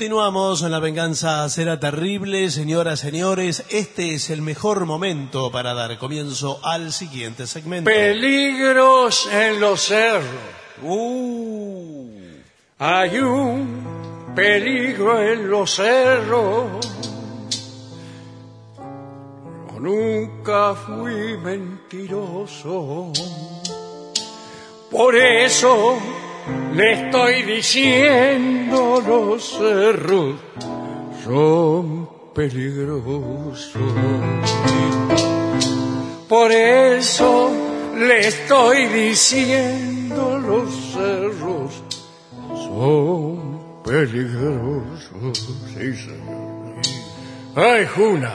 Continuamos en La venganza será terrible, señoras, señores. Este es el mejor momento para dar comienzo al siguiente segmento. Peligros en los cerros. Uh, Hay un peligro en los cerros. Yo nunca fui mentiroso. Por eso le estoy diciendo los cerros son peligrosos. Por eso le estoy diciendo los cerros son peligrosos. Sí, señor. Ay, Juna,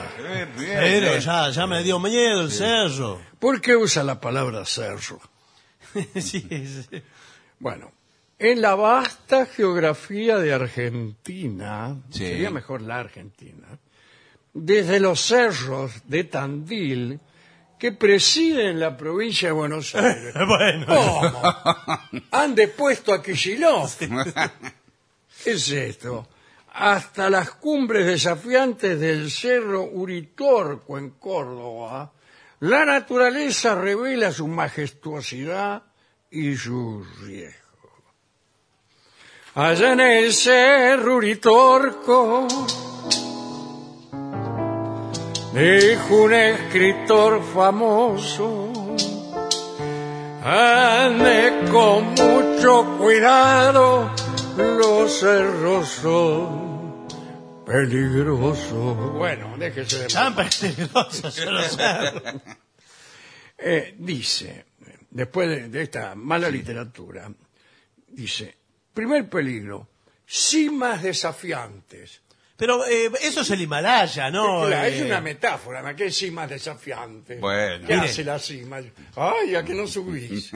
pero ya, ya me dio miedo el cerro. ¿por qué usa la palabra cerro? Sí, es- Bueno, en la vasta geografía de Argentina, Sí. sería mejor la Argentina, desde los cerros de Tandil que presiden la provincia de Buenos Aires. Bueno, ¿Cómo? Han depuesto a Kicillof. ¿Qué es esto? Hasta las cumbres desafiantes del cerro Uritorco en Córdoba, la naturaleza revela su majestuosidad y su riesgo. Allá en el cerro Uritorco dijo un escritor famoso Ande con mucho cuidado, los cerros son peligrosos. Bueno, déjese de... tan peligrosos son los cerros. Eh, dice, después de, de esta mala literatura, dice, primer peligro, cimas desafiantes. Pero eh, eso es el Himalaya, ¿no? Claro, es Eh, una metáfora, ¿no? ¿qué cimas desafiantes? Bueno. ¿Qué Mire. hace la cima? Ay, ¿a qué no subís?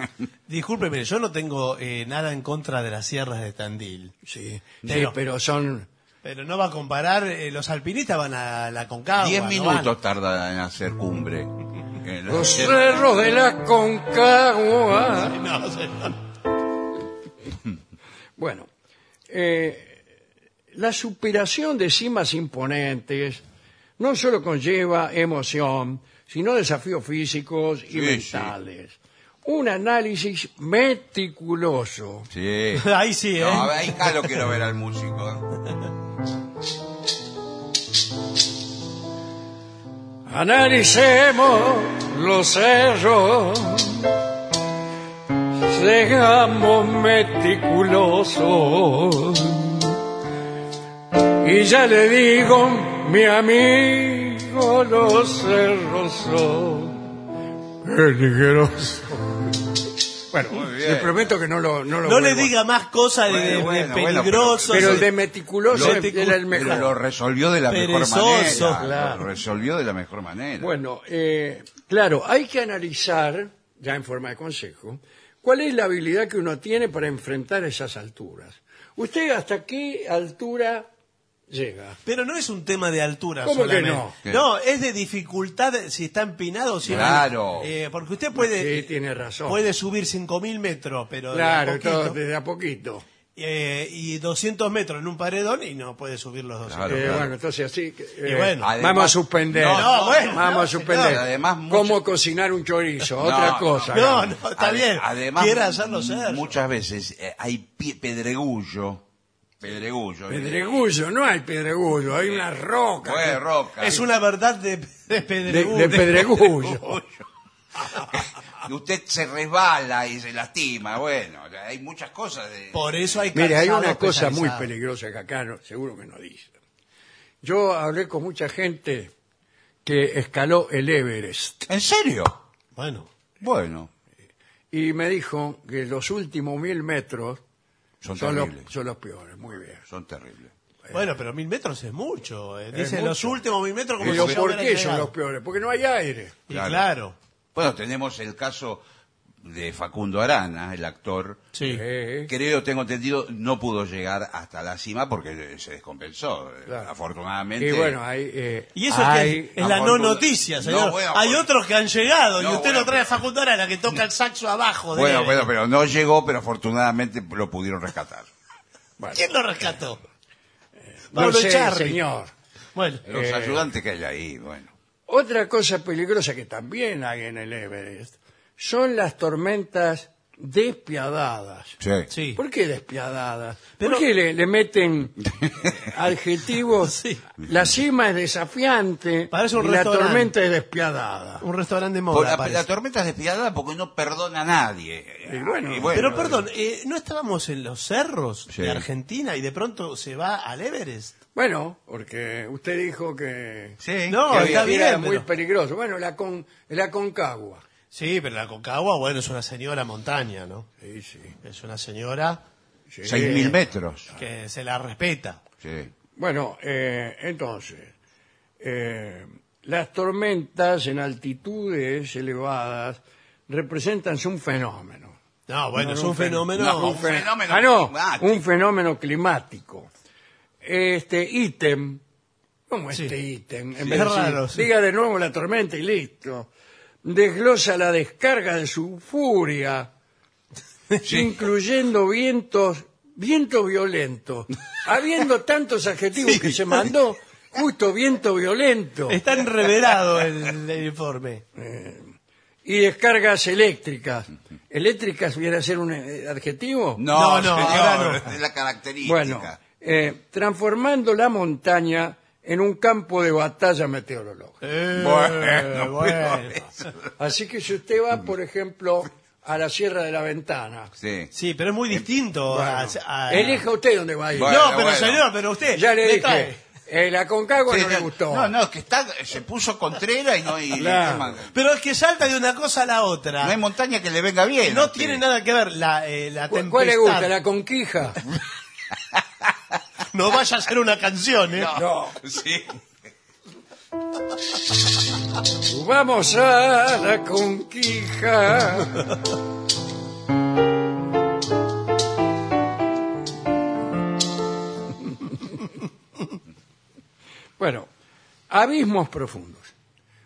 Discúlpeme, yo no tengo eh, nada en contra de las sierras de Tandil. Sí, sí, Pero- pero son... Pero no va a comparar, eh, los alpinistas van a la Concagua. Diez no van. minutos tarda en hacer cumbre. En la- Los cerros de la Concagua. No, señor. Bueno, eh, la superación de cimas imponentes no solo conlleva emoción, sino desafíos físicos y Sí, mentales. Un análisis meticuloso. Sí. Ahí sí, ¿eh? No, ahí acá lo quiero ver al músico. Analicemos los cerros. Seamos meticulosos. Y ya le digo, mi amigo, los cerros son peligrosos. Bueno, Muy bien. le prometo que no lo No, lo No le vuelvo a- diga más cosas de, de Bueno, bueno, peligroso. Pero el sí. de meticuloso Lo- era el mejor. Pero lo resolvió de la Perezoso, mejor manera. claro. Lo resolvió de la mejor manera. Bueno, eh, claro, hay que analizar, ya en forma de consejo, cuál es la habilidad que uno tiene para enfrentar esas alturas. ¿Usted hasta qué altura llega? Pero no es un tema de altura ¿Cómo que solamente. no? ¿Qué? No, es de dificultad si está empinado o si Claro. Eh, porque usted puede Sí, tiene razón. puede subir 5.000 metros, pero de a claro, poquito, todo desde a poquito. eh, y 200 metros en un paredón y no puede subir los 200. Claro, Eh, claro. Bueno, entonces así. que, eh, bueno. vamos a Además- suspender. No, no, bueno, vamos no, a suspender. señor. Además, mucho- ¿Cómo cocinar un chorizo? Otra no, cosa. No, hagamos. no, está Ade- bien. Además, Quiere hacerlo ser. muchas veces eh, hay pie- pedregullo. Pedregullo. Pedregullo, no hay pedregullo, hay una roca. Fue roca. Es una verdad de, de pedregullo. de pedregullo. Y usted se resbala y se lastima. Bueno, hay muchas cosas de... Por eso hay Mire, hay calzado una cosa muy pesalizado. peligrosa que acá no- seguro que no dice. Yo hablé con mucha gente que escaló el Everest ¿En serio? Bueno, Bueno, y me dijo que los últimos mil metros son, son los, terribles. son los peores. Muy bien. Son terribles. bueno, pero mil metros es mucho. eh. Dice Eh. mucho. los últimos mil metros como Pero si no ¿por hubiera qué son llegado. los peores? Porque no hay aire. Y Claro. claro. Bueno, tenemos el caso de Facundo Arana, el actor. Sí. Eh, Creo, tengo entendido, no pudo llegar hasta la cima porque se descompensó. Claro. Afortunadamente. y bueno, hay... eh, Y eso hay- es, que es la no afortuna- noticia, señor. No, bueno, Hay por- otros que han llegado y No, usted bueno, lo trae a pero- Facundo Arana que toca el saxo abajo de Bueno, él. bueno, pero no llegó, pero afortunadamente lo pudieron rescatar. bueno, ¿Quién lo rescató? No Pablo sé, Echarri. señor. Bueno, Los Eh. ayudantes que hay ahí, bueno. Otra cosa peligrosa que también hay en el Everest son las tormentas despiadadas. Sí. sí. ¿Por qué despiadadas? Pero- ¿Por qué le, le meten adjetivos? Sí. La cima es desafiante Parece un y la restaurante. tormenta es despiadada. Un restaurante de Por moda. la, parece. la tormenta es despiadada porque no perdona a nadie. Y bueno, Pero perdón, eh, ¿no estábamos en los cerros Sí. de Argentina y de pronto se va al Everest? Bueno, porque usted dijo que, Sí, No, que que está había- bien, era muy pero- peligroso. Bueno, la, con, la Concagua. Sí, pero la Concagua, bueno, es una señora montaña, ¿no? Sí, sí. Es una señora sí. 6.000 metros. que se la respeta. Sí. Bueno, eh, entonces, eh, las tormentas en altitudes elevadas representan un fenómeno. No, bueno, No, es no, un un fe- fenómeno. no, un fe- fenómeno ah, no, climático. un fenómeno climático. Este ítem, ¿cómo Sí. este ítem? En Sí, vez es de decir, raro, sí. Diga de nuevo la tormenta y listo. Desglosa la descarga de su furia, incluyendo vientos, vientos violentos. Habiendo tantos adjetivos que se mandó, justo viento violento. Está enreverado el, el informe. Y descargas eléctricas. ¿Eléctricas viene a ser un eh, adjetivo? No, No, no, ahora señor, no. es la característica. Bueno, eh, transformando la montaña en un campo de batalla meteorológica. Eh, Bueno, bueno. Así que si usted va, por ejemplo, a la Sierra de la Ventana, Sí. Sí, pero es muy distinto a- bueno, a- elija usted dónde va a ir. No, Ah, Bueno, pero bueno. señor, pero usted. ya le ¿qué dije, tal? eh, la Concagua Sí, no le gustó. No, no, es que está, se puso contrera y no hay, Claro. no hay- Pero es que salta de una cosa a la otra. no hay montaña que le venga bien. No a usted. tiene nada que ver la, eh, la ¿Cu- tempestad. ¿Cuál le gusta? ¿La Conquija? No vaya a ser una canción, ¿eh? No. Sí. Vamos a la Conquija. bueno, abismos profundos.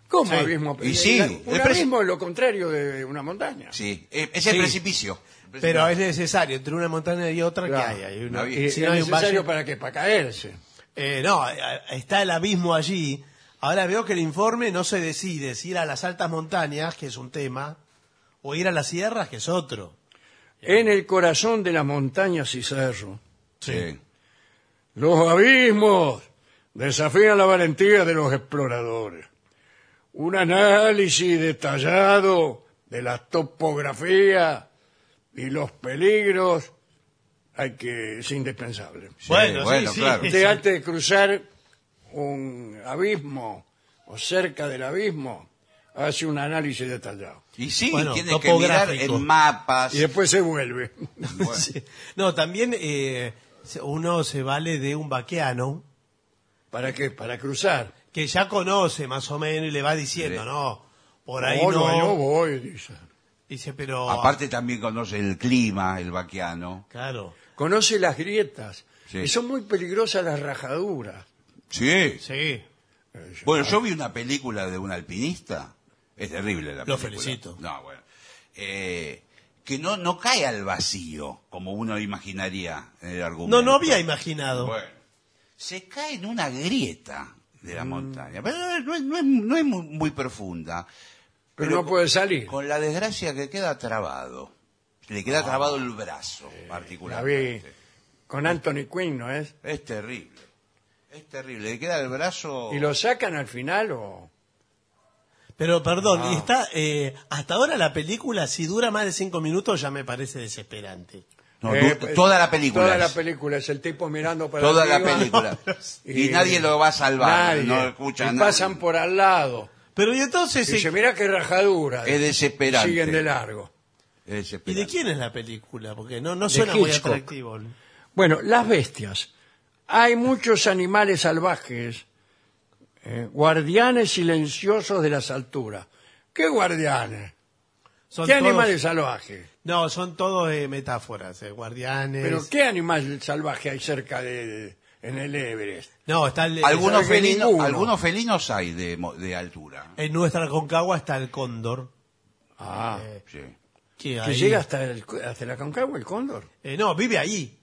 ¿Cómo Sí, abismos y profundos? sí, un el preci- abismo es lo contrario de una montaña. Sí, eh, es el Sí. precipicio. Pero es necesario, entre una montaña y otra, Claro. ¿qué hay? Hay una- No, Y, si y no hay Eh, es un necesario valle- para que para caerse. Eh, no, eh, está el abismo allí. Ahora veo que el informe no se decide si ir a las altas montañas, que es un tema, o ir a las sierras, que es otro. En el corazón de las montañas y cerros, Sí. Los abismos desafían la valentía de los exploradores. Un análisis detallado de la topografía y los peligros hay que es indispensable. Sí, Bueno, sí, bueno, sí. claro. Usted antes de cruzar un abismo o cerca del abismo hace un análisis detallado Y sí, Bueno, tiene que mirar topográfico. en mapas. y después se vuelve. Bueno, Sí. No, también eh, se- uno se vale de un vaqueano ¿Para qué? Para cruzar. que ya conoce más o menos y le va diciendo, Sí. no, por ahí Oh, no. Yo voy, dice. Dice, pero. Aparte también conoce el clima, el vaquiano. Claro. conoce las grietas Sí. y son muy peligrosas las rajaduras. Sí. Sí. Bueno, yo vi una película de un alpinista. Es terrible la Lo película. felicito. No, bueno. Eh, que no, no cae al vacío, como uno imaginaría en el argumento. No, no había imaginado. Bueno, se cae en una grieta de Mm. la montaña. Pero no es, no es- no es muy, muy profunda. Pero, no puede salir. Con la desgracia que queda trabado. Le queda trabado el brazo, Ah. La vi particularmente. con Anthony Quinn, ¿no es? Es terrible. Es terrible. Le queda el brazo. ¿Y lo sacan al final o...? Pero perdón, y está. eh, hasta ahora la película, si dura más de cinco minutos, ya me parece desesperante. No, Eh, du- toda la película. Toda la es. película, es el tipo mirando para Toda la arriba. película. Y nadie lo va a salvar, Nadie. no escucha y nada. pasan por al lado. Pero y entonces. Y eh, dice, mira qué rajadura. Es desesperante. Siguen de largo. Es ¿Y desesperante. de quién es la película? Porque no, no suena muy Hitchcock. atractivo. Bueno, las bestias. Hay muchos animales salvajes, eh, guardianes silenciosos de las alturas. ¿Qué guardianes? Son ¿Qué todos- animales salvajes? No, son todos eh, metáforas, eh, guardianes. ¿Pero qué animal salvaje hay cerca de en el Everest? No, está el, Algunos Sabe que felinos, ninguno. algunos felinos hay de, mo- de altura. en nuestra Concagua está el cóndor. Ah, Sí. Que, que ahí- llega hasta, el- hasta la Concagua el cóndor. eh, no, vive ahí.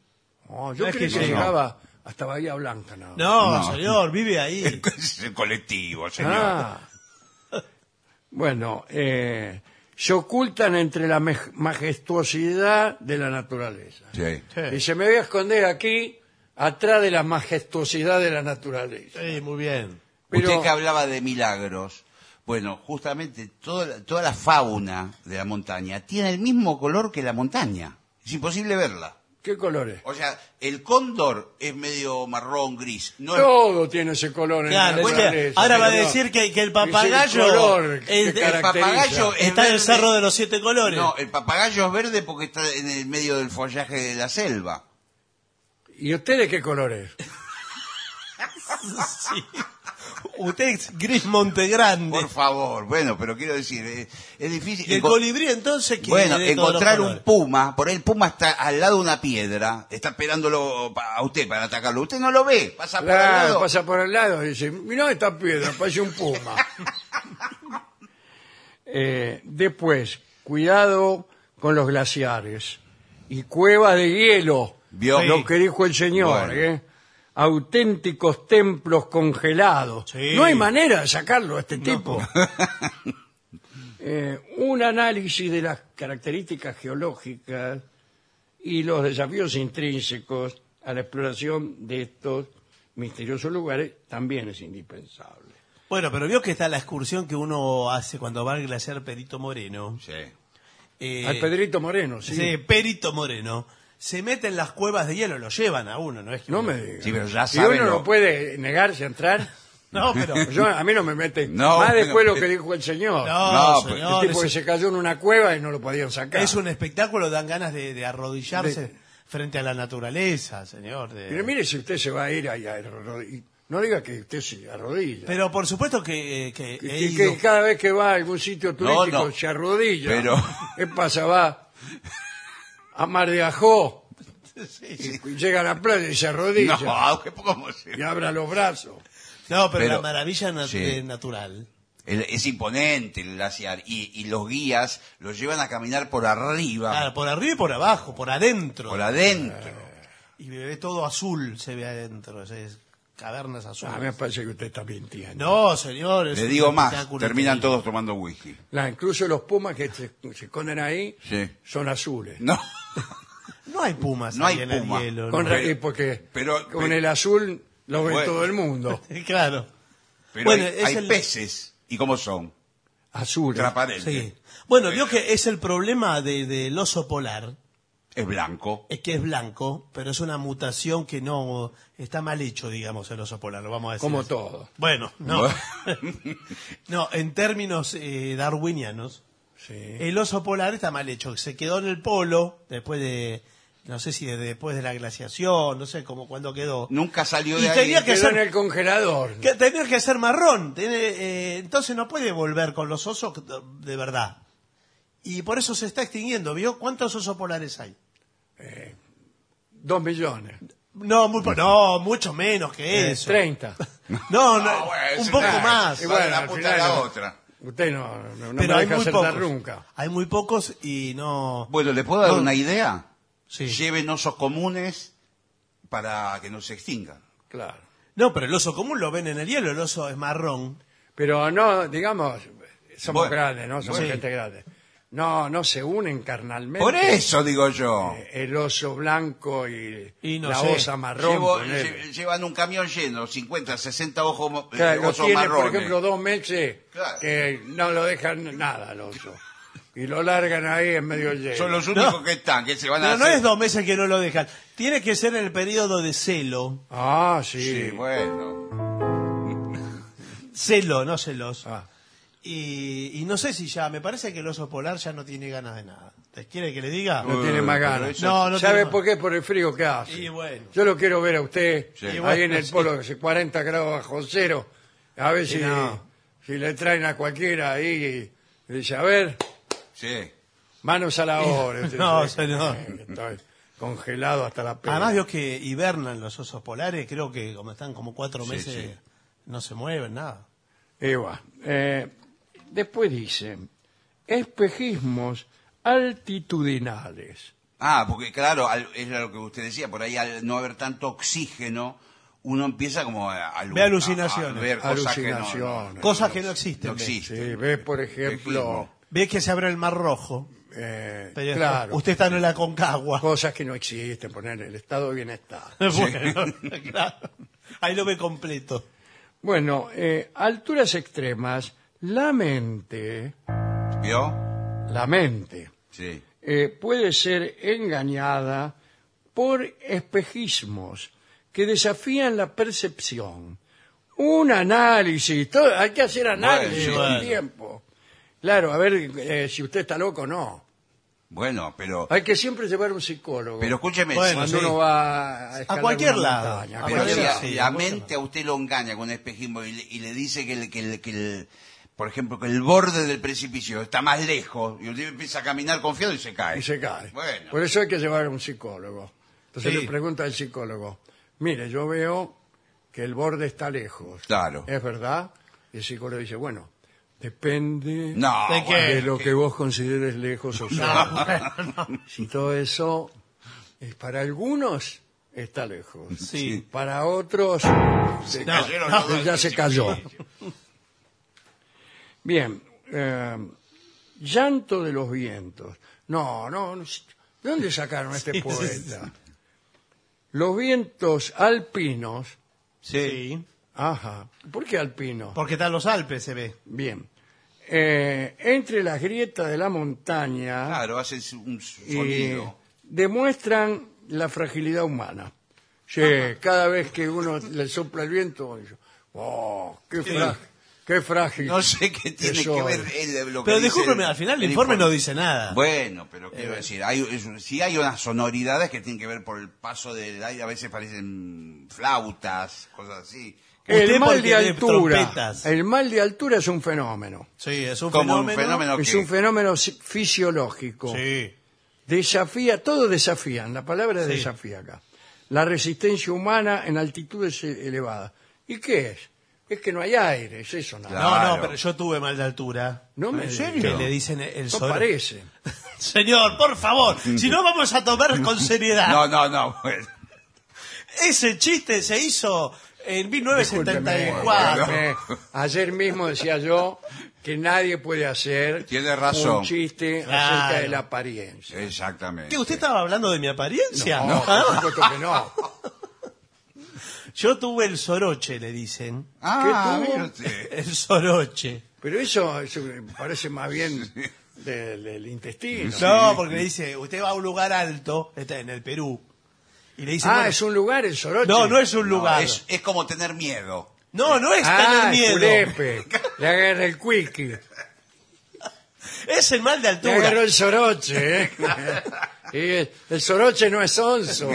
No, yo Es creí que que sí, no. llegaba hasta Bahía Blanca nada más. No, No. señor, vive ahí. Es el colectivo, señor. Ah. Bueno, eh, se ocultan entre la mej- majestuosidad de la naturaleza. Sí. Sí. Y se me voy a esconder aquí, atrás de la majestuosidad de la naturaleza. Sí, muy bien. Pero- Usted que hablaba de milagros. Bueno, justamente toda, la- toda la fauna de la montaña tiene el mismo color que la montaña. Es imposible verla. ¿Qué colores? O sea, el cóndor es medio marrón gris. No es- Todo tiene ese color en la Claro, bueno, usted naturaleza, ahora va a pero- decir que, que el es el papagayo color que es- caracteriza. papagayo es está en verde. el cerro de los siete colores. No, el papagayo es verde porque está en el medio del follaje de la selva. ¿Y usted de qué colores? Sí. Usted es gris Montegrande. Por favor, bueno, pero quiero decir, eh, es, difícil. ¿Y el enco- colibrí entonces que bueno, de todos los encontrar un colores? puma, por ahí el puma está al lado de una piedra, está esperándolo pa- a usted para atacarlo. Usted no lo ve, pasa por al Claro, lado. pasa por el lado y dice, mirá esta piedra, parece un puma. Eh, después, cuidado con los glaciares y cuevas de hielo, Vio. lo que dijo el señor, Bueno. ¿eh? auténticos templos congelados. Sí. No hay manera de sacarlo a este tipo. Eh, un análisis de las características geológicas y los desafíos intrínsecos a la exploración de estos misteriosos lugares también es indispensable. Bueno, pero vio que está la excursión que uno hace cuando va al glaciar Perito Moreno. Sí. Eh, Al Pedrito Moreno, sí. sí. Perito Moreno. Se mete en las cuevas de hielo, lo llevan a uno, ¿no es que No uno- me digas. Sí, pero ya Si sabe uno lo- no puede negarse a entrar, No, pero... yo- a mí no me meten. No, Más pero- después lo que dijo el señor. No, No, pero- este señor, el tipo que es, se cayó en una cueva y no lo podían sacar. es un espectáculo, dan ganas de, de arrodillarse De- frente a la naturaleza, señor. de- Pero mire si usted se va a ir ahí a arrodillar. No diga que usted se arrodilla. Pero por supuesto que, eh, que he Y ido- que cada vez que va a algún sitio turístico No, no. se arrodilla. Pero- ¿Qué pasa? Va a Mar de Ajó, y llega a la playa y se arrodilla No, qué poco se- y abra los brazos. No, pero, Pero- la maravilla nat- sí. eh, natural. El- es imponente el glaciar y, y los guías los llevan a caminar por arriba, Claro, Ah, por arriba y por abajo, por adentro. Ah. por adentro. Y ve todo azul, se ve adentro, es cavernas azules. A mí Ah, me parece que usted está mintiendo. No, señor. es Ah, Le un digo más, espectáculo terminan increíble. todos tomando whisky. La- incluso los pumas que se, se esconden ahí Sí. son azules. No, No hay pumas No ahí hay en el puma. hielo. Con ¿no? ra- y porque pero- con pero- el azul lo ve Bueno. todo el mundo. claro. pero Bueno, hay, es hay el- peces. ¿Y cómo son? Azul. Transparentes. Sí. Bueno, Eh, vio que es el problema de- del oso polar, Es blanco. es que es blanco, pero es una mutación que no está mal hecho, digamos, el oso polar, lo vamos a decir. Como así. todo. Bueno, no. no, en términos eh, darwinianos, Sí. Eh, el oso polar está mal hecho. Se quedó en el polo después de, no sé si de- después de la glaciación, no sé cómo cuándo quedó. Nunca salió Y de ahí. tenía que Quedó ser- en el congelador. Que tenía que ser marrón. tiene, eh, entonces no puede volver con los osos de verdad. Y por eso se está extinguiendo, ¿vio? ¿Cuántos osos polares hay? Dos millones. No, muy po- no mucho menos Eh, que Eh, eso. Treinta. No, no, Ah, bueno, un sí, poco claro. más. Y bueno, la puta de la otra. Usted no, no, no pero me hay deja muy hacer pocos. la runca. Hay muy pocos y no. Bueno, ¿le puedo dar No. una idea? Sí. Lleven osos comunes para que no se extingan. Claro. No, pero el oso común lo ven en el hielo, el oso es marrón. Pero no, digamos, somos Bueno, grandes, ¿no? Somos bueno. gente grande. No, no se unen carnalmente. Por eso digo yo. eh, El oso blanco y, Y no la sé. osa marrón. Llevo- ponele. lle- llevan un camión lleno, 50, 60 ojos, mo- Claro, eh, osos tiene, por marrones. ejemplo, dos meses Claro. que no lo dejan nada al oso. Y lo largan ahí en medio hielo. Son los eh, No. únicos que están, que se van a Pero no hacer- es dos meses que no lo dejan. Tiene que ser en el periodo de celo. Ah, sí. Sí, bueno. Celo, no celos. Ah. Y, y no sé si ya, me parece que el oso polar ya no tiene ganas de nada. ¿Te quiere que le diga? No tiene Eh, más pero ganas. eso- No, no ¿Sabe tiene más. por qué? Por el frío que hace. Y bueno. Yo lo quiero ver a usted Sí. ahí Y bueno, en el sí. polo, que hace 40 grados bajo cero. A ver Y si, no. si le traen a cualquiera ahí y dice, a ver, Sí. manos a la obra. No, Usted dice, señor. Estoy congelado hasta la pena. Además, vio que hibernan los osos polares, creo que como están como cuatro Sí, meses, sí. no se mueven, nada. Eva, eh, después dice, espejismos altitudinales. Ah, porque claro, al- es lo que usted decía, por ahí al no haber tanto oxígeno, uno empieza como a, a- Ve alucinaciones. a ver cosas que no- Alucinaciones. no- Cosas que no existen. no existen. Sí, ves, por ejemplo, Espejismo. Ve que se abre el Mar Rojo. eh, pero claro, Usted está en la Concagua. cosas que no existen, poner el estado de bienestar. Bueno, claro. Ahí lo ve completo. Bueno, eh, alturas extremas, la mente, ¿Vio? la mente Sí. eh, puede ser engañada por espejismos que desafían la percepción. Un análisis, todo- hay que hacer análisis Bueno, todo el bueno. tiempo. Claro, a ver eh, si usted está loco o no. Bueno, pero, Hay que siempre llevar un psicólogo. pero escúcheme, Bueno, si- cuando sí. uno va a, escalar cualquier una lado. montaña, A a Pero Bueno, si cualquier cualquier la, lado. sí, la mucho mente a usted lo engaña con espejismo y le, y le dice que el, que, el, que, el, por ejemplo, que el borde del precipicio está más lejos y usted empieza a caminar confiado y se cae. y se cae. Bueno. Por eso hay que llevar a un psicólogo. Entonces Sí. le pregunta al psicólogo, mire, yo veo que el borde está lejos. Claro. ¿Es verdad? Y el psicólogo dice, bueno, depende No, ¿De qué? bueno, de lo que vos consideres lejos o cerca. Si todo eso es para algunos está lejos. Sí. Para otros se- cayeron todos del ya se cayó. Bien, eh, llanto de los vientos. No, no, no, ¿de dónde sacaron a este Sí, sí, poeta? Los vientos alpinos, Sí. ajá, ¿por qué alpinos? Porque están los Alpes, se ve. Bien, Eh, entre las grietas de la montaña claro, hace su- un y sonido. Eh, demuestran la fragilidad humana. Sí, cada vez que uno le sopla el viento, dice, oh, qué, frá- qué frágil. No sé qué tiene que soy". ver el, lo que Pero dice discúlpeme, el- al final el el informe no dice nada. Eh. Bueno, pero quiero decir, hay, es- sí hay unas sonoridades que tienen que ver por el paso del aire, a veces parecen flautas, cosas así. El Usted mal porque de de altura. trompetas. El mal de altura es un fenómeno. Sí, es un Como fenómeno. un fenómeno Es que... un fenómeno si- fisiológico. Sí. Desafía, todo desafían, la palabra es Sí. desafía acá. La resistencia humana en altitudes e- elevadas. ¿Y qué es? Es que no hay aire, es eso nada. Claro. No, no, pero yo tuve mal de altura. No me ¿En diga. serio? Que le dicen el No sol. parece. Señor, por favor, si no vamos a tomar con seriedad. No, no, no, bueno. Ese chiste se hizo en Discúlpeme, 1974. eh, Ayer mismo decía yo que nadie puede hacer Tiene razón. un chiste acerca Claro. de la apariencia. Exactamente. ¿Qué, usted estaba hablando de mi apariencia? No, Ah, por supuesto que no. Yo tuve el soroche, le dicen. Ah, ¿Qué tuvo? mire usted. El soroche. Pero eso, eso parece más bien del, del intestino. No, porque le dice, usted va a un lugar alto, está en el Perú, y le dice, ah, bueno, es un lugar el soroche. no, no es un No, lugar. es, es como tener miedo. No, no es Ah, tener miedo. Culepe. Le agarra el cuiqui. Es el mal de Le altura. agarró el soroche. ¿eh? Y el- el soroche no es onzo.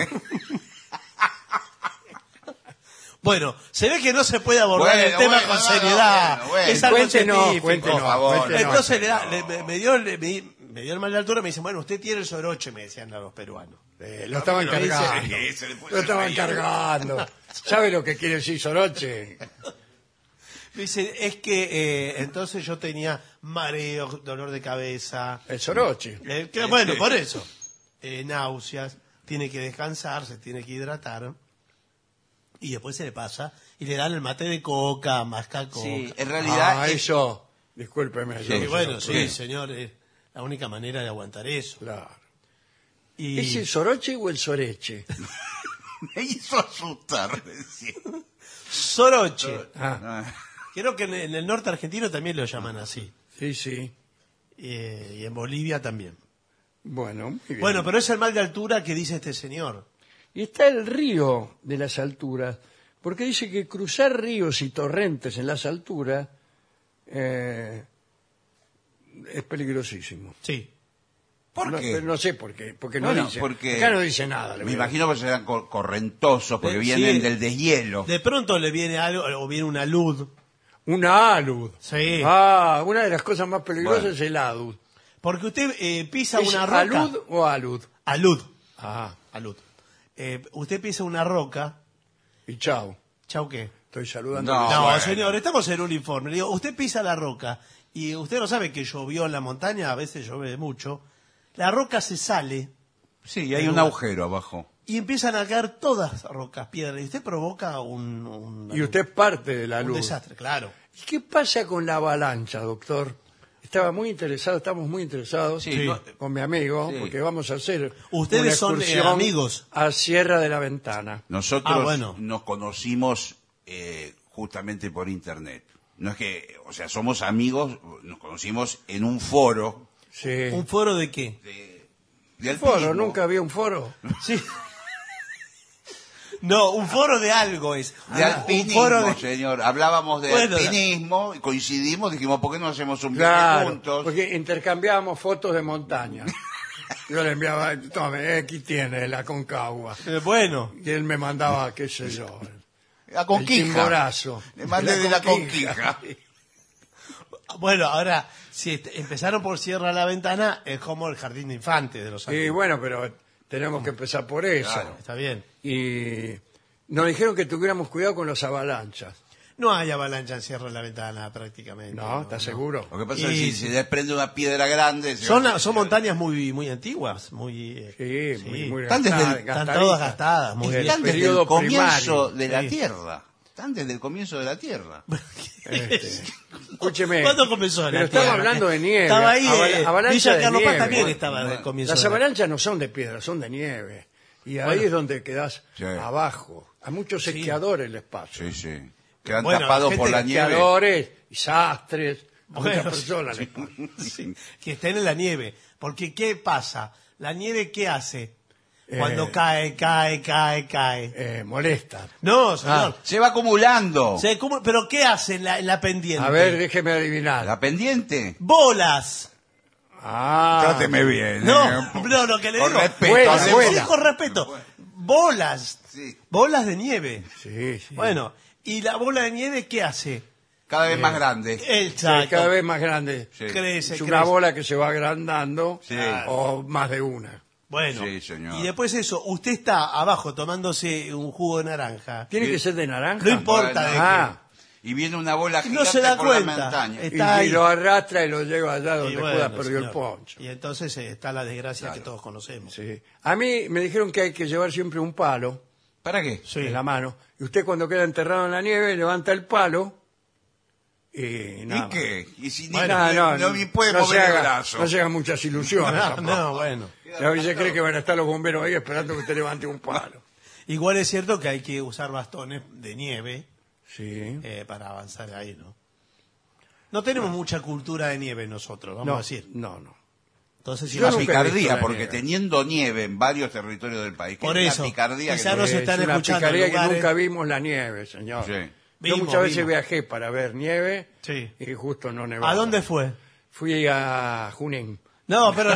Bueno, se ve que no se puede abordar Bueno, el tema bueno, con no, seriedad. no, bueno, Es algo Cuéntenos, científico. cuéntenos, Por favor. cuéntenos. Entonces le da- le- me, me dio, le- me, me dio el mal de altura y me dicen, bueno, usted tiene el soroche, me decían a los peruanos. Eh, lo estaban Pero dice- cargando. Sí, se le puso Lo estaban ahí. cargando. ¿Sabe lo que quiere decir Soroche? Me dicen, es que eh, entonces yo tenía mareo, dolor de cabeza. El Soroche. Eh, que- bueno, por eso. Eh, náuseas, tiene que descansar, se tiene que hidratar. Y después se le pasa y le dan el mate de coca, masca coca. Sí, en realidad Ah, es- eso. Discúlpeme. yo Sí, Y no bueno, sé sí, lo que- señor, es la única manera de aguantar eso. Claro. Y ¿Es el Soroche o el Soreche? me hizo asustar. decía. soroche. Ah, Ah, Creo que en- en el norte argentino también lo llaman así. sí, sí. Eh, y en Bolivia también. Bueno, muy bien. Bueno, pero es el mal de altura que dice este señor. Y está el río de las alturas, porque dice que cruzar ríos y torrentes en las alturas eh, es peligrosísimo. Sí. ¿Por no, qué? no sé por qué, porque no Bueno, dice. porque Acá no dice nada. le Me voy a decir. imagino que serán cor- correntosos porque Eh, vienen sí. del deshielo. De pronto le viene algo, o viene una luz. Una alud. Sí. Ah, una de las cosas más peligrosas Bueno. es el alud. Porque usted eh, pisa ¿Es una roca. alud o alud? Alud. Ah, Alud. Eh, usted pisa una roca. y chao. Chau, ¿qué? Estoy saludando. No, no, bueno. señor, estamos en un informe. Le digo, usted pisa la roca y usted no sabe que llovió en la montaña, a veces llueve mucho. La roca se sale Sí, y hay del un lugar. agujero abajo. Y empiezan a caer todas rocas, piedras. Y usted provoca un, un- Y usted parte de la un luz. desastre, claro. ¿Y qué pasa con la avalancha, doctor? Estaba muy interesado, estamos muy interesados Sí, Sí. no- con mi amigo, Sí. porque vamos a hacer Ustedes una son, eh, excursión amigos. a Sierra de la Ventana. Nosotros Ah, bueno. nos conocimos eh, justamente por internet. No es que, o sea, somos amigos, nos conocimos en un foro. Sí. ¿Un foro de qué? De, de foro, alpinismo. nunca había un foro. Sí. No, un foro de algo es. De Ah, un alpinismo, foro de... señor. Hablábamos de Bueno, alpinismo, y coincidimos, dijimos, ¿por qué no hacemos un viaje Claro, juntos? porque intercambiábamos fotos de montaña. Yo le enviaba, tome, aquí tiene la Concagua. Eh, Bueno, Y él me mandaba, qué sé yo, La el conquija. Chimborazo. Le mandé de la conquija. bueno, ahora, si est- empezaron por Cierra la Ventana, es como el jardín de infantes de los Y alpinos. bueno, pero tenemos que empezar por eso. Claro. Está bien. Y nos dijeron que tuviéramos cuidado con los avalanchas. No hay avalancha en Cierra la Ventana prácticamente. ¿No? ¿Estás seguro? Lo que pasa Y- es que si se desprende una piedra grande... se Son, va- son montañas muy, muy antiguas, muy... eh, Sí, muy, muy Están desde gastada, el- están gastadita. todas gastadas, muy Del Están desde el periodo comienzo primario. de la sí. Tierra. Están desde el comienzo de la Tierra. Este, Escúcheme. ¿Cuándo comenzó la Pero estaba Tierra? hablando de nieve. Estaba ahí, Aval- eh, avalancha Villa de Carlos Paz nieve. también eh. Bueno, estaba en el bueno. comienzo. Las de la- avalanchas no son de piedra, son de nieve. Y ahí Bueno. es donde quedás Sí. abajo. A muchos esquiadores les pasa. Sí, sí. Quedan Bueno, tapados gente por la que nieve. Esquiadores y sastres. A Bueno, muchas personas les pasa. Sí, que estén en la nieve. Porque, ¿qué pasa? ¿La nieve qué hace? Cuando Eh. cae, cae, cae, cae. Eh, molesta. No, Ah. señor. Ah, Se va acumulando. Se acumula- ¿Pero qué hace en la, en la pendiente? A ver, déjeme adivinar. La pendiente. ¡Bolas! Ah, Tráteme bien. No, eh. no, lo que le Con digo. respeto, Vuela, hacemos- Sí, vuela. con respeto. Bolas. Sí. Bolas de nieve. sí, sí. Bueno, ¿y la bola de nieve qué hace? Cada Eh, vez más grande. El Sí, cada vez más grande. Sí. crece, Es crece. una bola que se va agrandando Sí. o más de una. Bueno, Sí, señor. y después eso, usted está abajo tomándose un jugo de naranja. Tiene Sí. que ser de naranja. No importa Bueno, de qué. Ah, Y viene una bola No gigante se da por cuenta. Eh, la montaña. Es- y, Está y ahí. lo arrastra y lo lleva allá donde Y bueno, Judas perdió el señor. poncho. Y entonces eh, está la desgracia que todos conocemos. Sí. A mí me dijeron que hay que llevar siempre un palo ¿Para qué? Sí. en la mano. Y usted cuando queda enterrado en la nieve levanta el palo y ¿Y nada. más. qué? Y si ni- Bueno, no, no, no- ni puede no mover se el haga- brazo. No se hagan muchas ilusiones. No, tampoco. no, bueno. Ya se cree que van a estar los bomberos ahí esperando que usted levante un palo. Igual es cierto que hay que usar bastones de nieve Sí. eh, para avanzar ahí, ¿no? No tenemos mucha cultura de nieve nosotros, vamos a No, decir. no, no. Entonces, si Yo no- Una nunca he visto picardía, la porque nieve. teniendo nieve en varios territorios del país. que Por es una eso, picardía que quizá no- no se- Es están una escuchando picardía que lugares. nunca vimos la nieve, señor. Sí. Yo Vimos, muchas veces vimos. viajé para ver nieve Sí. y justo no nevaba. ¿A dónde fue? Fui a Junín. No, pero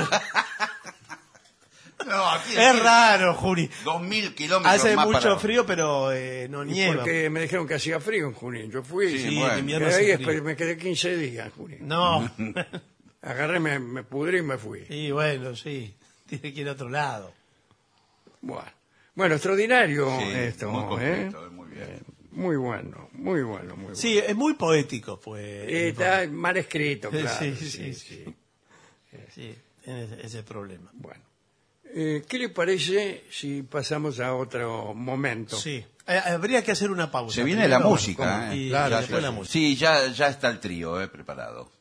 No, aquí es raro, Juli. Dos mil kilómetros Hace más mucho para- frío, pero eh, no Y nieva. Porque me dijeron que hacía frío en Junín. Yo fui. Sí, Sí, bueno. en y invierno ahí hace esper- frío. me quedé 15 días en Junín. No. Agarré, me, me pudrí y me fui. Y bueno, sí. Tiene que ir a otro lado. Bueno, Bueno, extraordinario Sí, esto. muy ¿eh? completo, muy bien. Muy bueno, muy bueno, muy bueno. Sí, es muy poético pues. fue. Eh, está mal escrito, Sí, claro. sí, sí, sí. Sí, tiene ese- ese problema. Bueno. Eh, ¿Qué le parece si pasamos a otro momento? Sí. Eh, habría que hacer una pausa. Se viene Primero, la música, bueno, ¿eh? Y, Claro, y después sí, la sí. música. Sí, ya, ya está el trío eh, preparado.